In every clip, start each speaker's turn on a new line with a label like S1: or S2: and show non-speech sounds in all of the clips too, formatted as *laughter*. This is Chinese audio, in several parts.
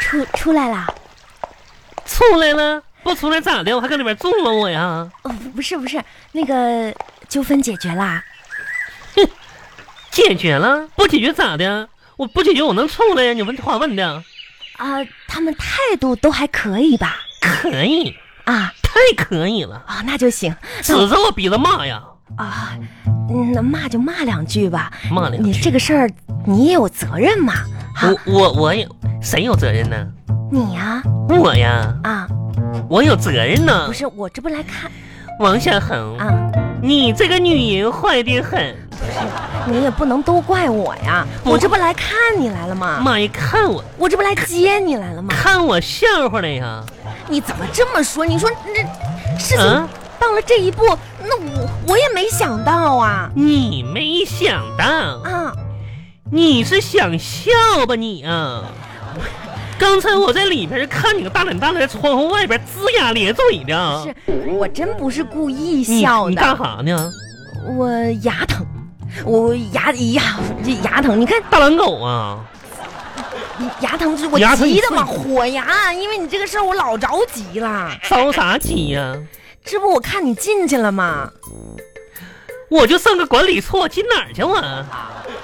S1: 出出来啦？
S2: 出来了，不出来咋的？我还搁里边纵了我呀？
S1: 哦，不不是不是，那个纠纷解决啦？
S2: 解决了，不解决咋的？我不解决我能出来呀？你问话问的
S1: 啊、他们态度都还可以吧？
S2: 可以，
S1: 啊
S2: 太可以了，
S1: 啊、那就行。
S2: 指着我鼻子骂呀，
S1: 啊，嗯那骂就骂两句吧。
S2: 骂两
S1: 你
S2: 句
S1: 这个事儿你也有责任嘛？哈、
S2: 我我我有谁有责任呢？
S1: 你呀
S2: 我呀，
S1: 啊
S2: 我有责任呢
S1: 不。是我这不来看
S2: 王小恒，
S1: 啊，
S2: 你这个女人坏的很。
S1: 你也不能都怪我呀。
S2: 不
S1: 我这不来看你来了吗？
S2: 妈呀，看我
S1: 我这不来接你来了吗？
S2: 看我笑话了呀！
S1: 你怎么这么说？你说这事情
S2: 嗯
S1: 到了这一步，那我我也没想到啊
S2: 你没想到，
S1: 啊！
S2: 你是想笑吧你啊？刚才我在里边看你个大脸蛋子在窗户外边龇牙咧嘴的，
S1: 是我真不是故意
S2: 你
S1: 笑
S2: 你干
S1: 的，
S2: 啥呢？
S1: 我牙疼，我牙呀这牙疼，你看
S2: 大狼狗啊！
S1: 牙疼是我
S2: 牙疼
S1: 急的嘛，
S2: 你
S1: 火牙，因为你这个事儿我老着急了，
S2: 着啥急呀、
S1: 这不我看你进去了吗？
S2: 我就剩个管理处，我进哪儿去我？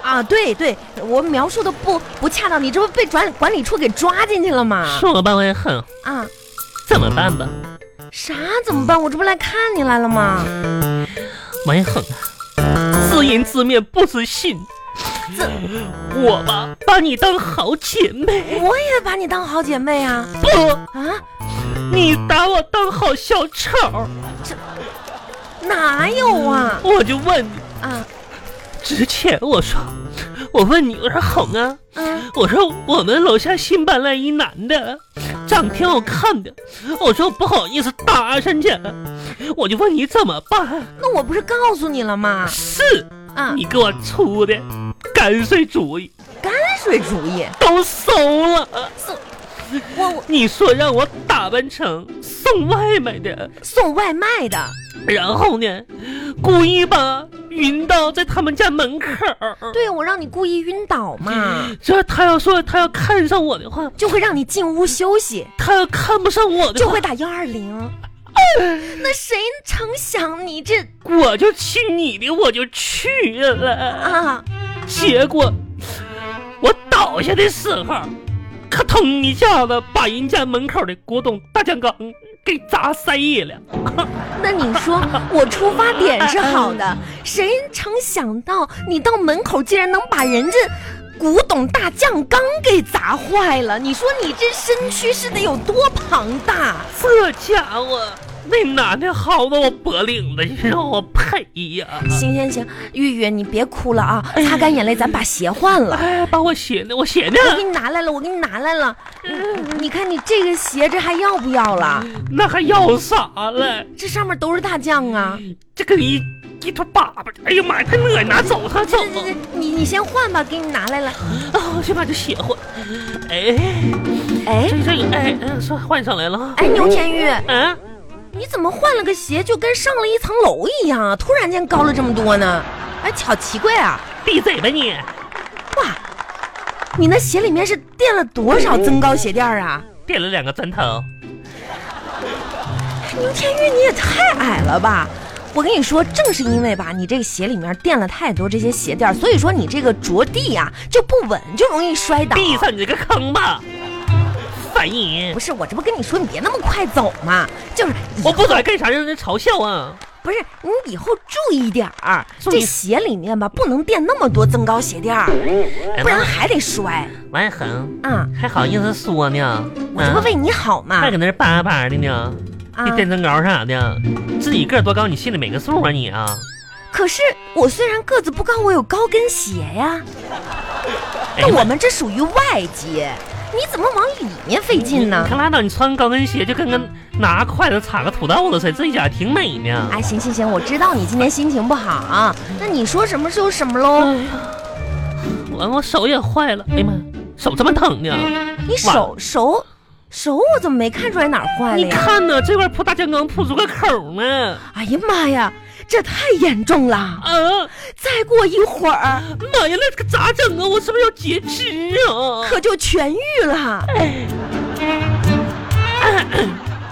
S1: 啊，对对，我描述的不不恰当，你这不被转管理处给抓进去了吗？
S2: 说我半天哼，
S1: 啊，
S2: 怎么办吧？
S1: 啥怎么办？我这不来看你来了吗？
S2: 蛮横啊！知人知面不知心，这我吧把你当好姐妹，
S1: 我也把你当好姐妹啊！
S2: 不，
S1: 啊，
S2: 你把我当好小丑，
S1: 哪有啊？
S2: 我就问你，
S1: 啊
S2: 之前我说，我问你，我说红啊，
S1: 啊
S2: 我说我们楼下新搬来一男的，长挺好看的，我说我不好意思搭讪去，我就问你怎么办？
S1: 那我不是告诉你了吗？
S2: 是
S1: 啊，
S2: 你给我出的干脆主意，
S1: 泔水主义，
S2: 都馊了。
S1: 送我我
S2: 你说让我打扮成送外卖的，
S1: 送外卖的，
S2: 然后呢，故意吧晕倒在他们家门口。，
S1: 对我让你故意晕倒
S2: *laughs*
S1: 嘛，
S2: 这他要说他要看上我的话，
S1: 就会让你进屋休息，
S2: 他要看不上我的
S1: 就
S2: 话
S1: 会，打幺二零。哦那谁成想你这
S2: 我就去你的，我就去了。
S1: 啊？
S2: 结果我倒下的时候，咔通一下子把人家门口的古董大酱缸给砸碎了。
S1: 那你说我出发点是好的，谁成想到你到门口竟然能把人家古董大酱缸给砸坏了？你说你这身躯是得有多庞大？
S2: 这家伙，那男的薅到我脖领子，你让我赔呀！
S1: 行行行，玉玉你别哭了啊，擦干眼泪，咱把鞋换了。
S2: 哎，把我鞋呢？我鞋呢？
S1: 我给你拿来了，我给你拿来了。嗯你你看你这个鞋，这还要不要了？
S2: 那还要啥了？
S1: 这上面都是大酱啊！
S2: 这个一一坨粑粑！哎呀妈呀，太恶心，拿走他走
S1: 这这这，你你先换吧，给你拿来了。
S2: 啊！我先把这鞋换。哎，
S1: 哎
S2: 这这个哎，嗯，算换上来了啊。
S1: 哎，牛天玉，
S2: 啊，
S1: 你怎么换了个鞋就跟上了一层楼一样啊？突然间高了这么多呢？哎，好奇怪啊！
S2: 闭嘴吧你！
S1: 哇，你那鞋里面是垫了多少增高鞋垫儿啊？
S2: 垫了两个砖头，
S1: 牛天玉，你也太矮了吧！我跟你说，正是因为吧，你这个鞋里面垫了太多这些鞋垫儿，所以说你这个着地呀、就不稳，就容易摔倒。
S2: 闭上你这个坑吧！烦人
S1: 不！是我这不跟你说，你别那么快走嘛，就是以
S2: 我不走还干啥让人嘲笑啊？
S1: 不是你以后注意点儿，
S2: 注意
S1: 这鞋里面吧不能垫那么多增高鞋垫儿，
S2: 哎嗯
S1: 不然还得摔
S2: 王爱恒
S1: 啊！
S2: 还好意思说呢？
S1: 我这
S2: 啊
S1: 不为你好嘛
S2: 还搁那儿叭叭的呢，
S1: 啊
S2: 你！垫增高啥的，自己个儿多高，你心里没个数啊你啊？
S1: 可是我虽然个子不高，我有高跟鞋呀，
S2: 哎呀
S1: 那
S2: 妈
S1: 我们这属于外接，你怎么往里面费劲呢
S2: 你？可拉倒，你穿个高跟鞋就跟个拿筷子插个土豆子似的，这家挺美呢。
S1: 哎，行行行，我知道你今天心情不好啊，那你说什么就什么喽。
S2: 嗯完我手也坏了，哎呀妈，手这么疼啊呢？
S1: 哎你手手手，我怎么没看出来哪儿坏了
S2: 你
S1: 呀？
S2: 看呢，这块铺大酱缸铺出个口呢。
S1: 哎呀妈呀，这太严重了！
S2: 啊！
S1: 再过一会儿，
S2: 妈呀，那可咋整啊？我是不是要截肢啊？
S1: 可就痊愈了。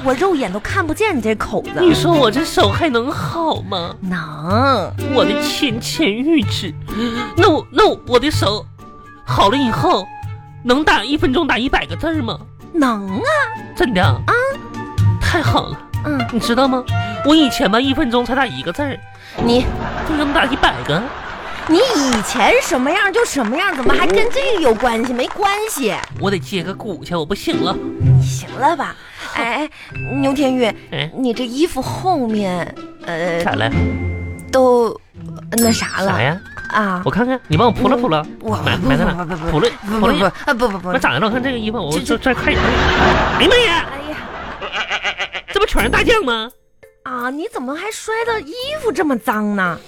S1: 我肉眼都看不见你这口
S2: 你
S1: 子，
S2: 说我这手还能好吗？
S1: 能
S2: 我的纤纤玉指，那我那我我的手好了以后，能打一分钟打一百个字儿吗？
S1: 能啊，
S2: 真的啊？太好了，
S1: 嗯，
S2: 你知道吗？我以前吧一分钟才打一个字儿，
S1: 你
S2: 你怎么打一百个？
S1: 你以前什么样就什么样，怎么还跟这个有关系？没关系，
S2: 我得接个骨去，我不行了。
S1: 行了吧？哎，哎牛天玉，
S2: 哎，
S1: 你这衣服后面呃
S2: 咋了？
S1: 都呃那啥
S2: 啥
S1: 了嗯
S2: 呀？
S1: 啊？
S2: 我看看，你帮我扑了扑了，
S1: 我
S2: 埋埋汰了，扑了
S1: 不
S2: 扑
S1: 不
S2: 了一
S1: 不，啊不不不
S2: 那，咋的了？我看这个衣服，我
S1: 这
S2: 就再看一眼。哎呀妈呀，
S1: 哎呀
S2: 这不全是大酱吗？
S1: 啊！你怎么还摔的衣服这么脏呢？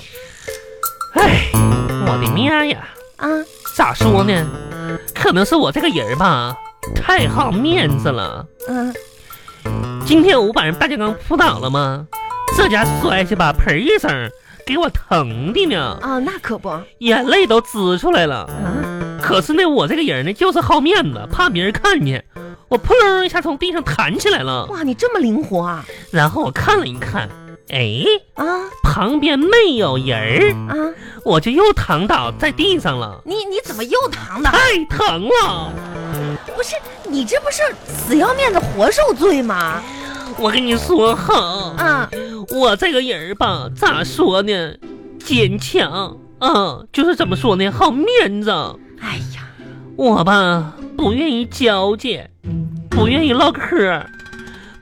S2: 哎，我的妈呀！
S1: 啊，
S2: 咋说呢？可能是我这个人吧，太好面子了。
S1: 嗯、
S2: 今天我把人大酱缸扑倒了吗？这家摔去吧，砰一声，给我疼的呢，
S1: 啊，那可不嗯啊，
S2: 眼泪都滋出来了。可是呢，我这个人呢，就是好面子，怕别人看见。我砰一下从地上弹起来了，
S1: 哇，你这么灵活啊！
S2: 然后我看了一看，哎，
S1: 啊
S2: 旁边没有人儿，
S1: 啊，
S2: 我就又躺倒在地上了，
S1: 你你怎么又躺的？
S2: 太疼了。
S1: 不是你这不是死要面子活受罪吗？
S2: 我跟你说好，
S1: 啊，
S2: 我这个人儿吧，咋说呢，坚强啊，就是怎么说呢，好面子。
S1: 哎呀，
S2: 我吧，不愿意交际，不愿意唠嗑儿，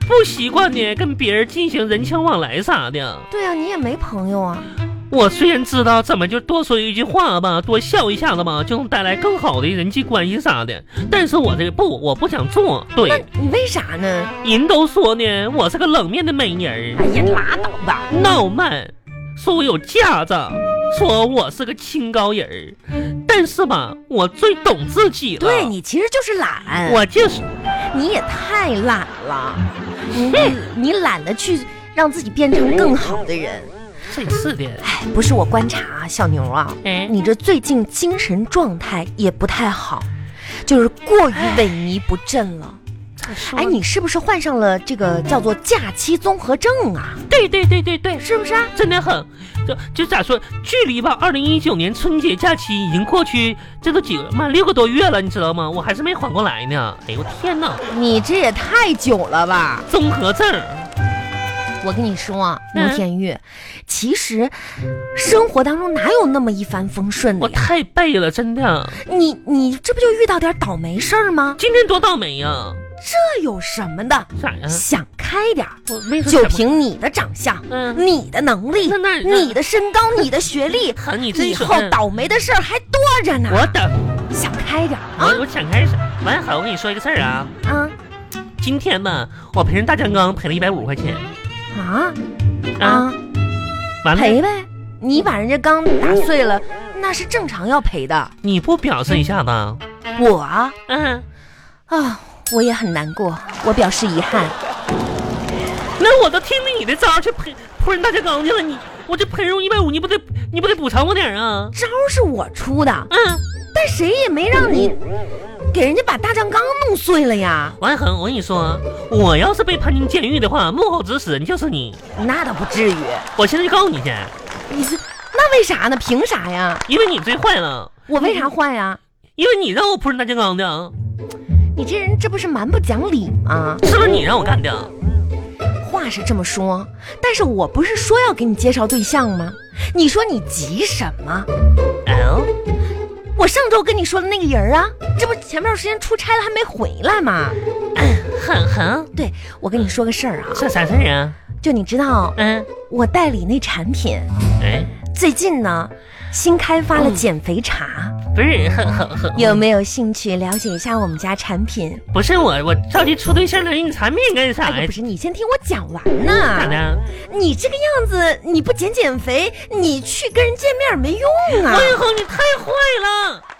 S2: 不习惯呢跟别人进行人情往来啥的。
S1: 对啊，你也没朋友啊。
S2: 我虽然知道怎么就多说一句话吧，多笑一下子吧，就能带来更好的人际关系啥的，但是我这个不，我不想做。
S1: 那
S2: 对，
S1: 你为啥呢？
S2: 人都说呢，我是个冷面的美人儿。
S1: 哎呀，拉倒吧！
S2: 闹漫，说我有架子，说我是个清高人儿，但是吧，我最懂自己了。
S1: 对，你其实就是懒，
S2: 我就是
S1: 你也太懒了，你你懒得去让自己变成更好的人。
S2: 这次的，
S1: 哎，不是我观察啊，小牛啊，
S2: 哎，
S1: 你这最近精神状态也不太好，就是过于萎靡不振了。
S2: 咋说
S1: 哎，你是不是患上了这个叫做假期综合症啊？
S2: 对对对对对，
S1: 是不是啊？
S2: 真的很，就就咋说，距离吧，二零一九年春节假期已经过去，这都几个妈六个多月了，你知道吗？我还是没缓过来呢。哎呦天哪，
S1: 你这也太久了吧！
S2: 综合症儿，
S1: 嗯我跟你说啊，
S2: 嗯
S1: 牛天玉，其实生活当中哪有那么一帆风顺的
S2: 我
S1: 呀？
S2: 太背了，真的。
S1: 你你这不就遇到点倒霉事儿吗？
S2: 今天多倒霉呀，
S1: 这有什么的？
S2: 咋呀？
S1: 想开点儿，
S2: 我没说
S1: 就
S2: 嗯 *laughs* 什么
S1: 凭你的长相、
S2: 嗯，
S1: 你的能力
S2: 那、那那
S1: 你的身高、你的学
S2: *laughs*
S1: 历，
S2: 喊你真
S1: 以
S2: 损
S1: 后倒霉的事儿还多着呢。
S2: 我等。
S1: 想开点儿
S2: 我我想开始，完好，我跟你说一个事儿啊，
S1: 啊
S2: 今天吧，我赔人大酱缸赔了一百五十块钱
S1: 啊啊啊！
S2: 完了，
S1: 赔呗，你把人家缸打碎了，那是正常要赔的。
S2: 你不表示一下子？
S1: 我啊，
S2: 嗯，
S1: 啊我也很难过，我表示遗憾。
S2: 那我都听你的招儿去赔赔人大酱缸去了，你我这赔人一百五，你不得你不得补偿我点儿啊？
S1: 招儿是我出的，
S2: 嗯，
S1: 但谁也没让你给人家把大酱缸弄碎了呀。
S2: 王恒，我跟你说，我要是被判进监狱的话，幕后指使人就是你。
S1: 那倒不至于，
S2: 我现在就告诉你去，
S1: 你是那为啥呢？凭啥呀？
S2: 因为你最坏了，
S1: 我为啥换呀？
S2: 因为你让我扑人大酱缸的，
S1: 你这人这不是蛮不讲理吗？
S2: 是不是你让我干的？
S1: 话是这么说，但是我不是说要给你介绍对象吗？你说你急什么？
S2: 哦，
S1: 我上周跟你说的那个人啊，这不前段时间出差了还没回来吗？
S2: 恒恒，
S1: 对，我跟你说个事儿啊，
S2: 这啥事儿啊？
S1: 就你知道
S2: 嗯，
S1: 我代理那产品，
S2: 哎。
S1: 最近呢新开发了减肥茶，
S2: 不是， *laughs* 呵呵呵，
S1: 有没有兴趣了解一下我们家产品？
S2: 不是我，我着急处对象了，你产品干啥
S1: 哎，
S2: 呀
S1: 不？是，啊你先听我讲完
S2: 咋
S1: 呢。
S2: 的？
S1: 你这个样子，你不减减肥，你去跟人见面没用啊！
S2: 哎王永红，你太坏了！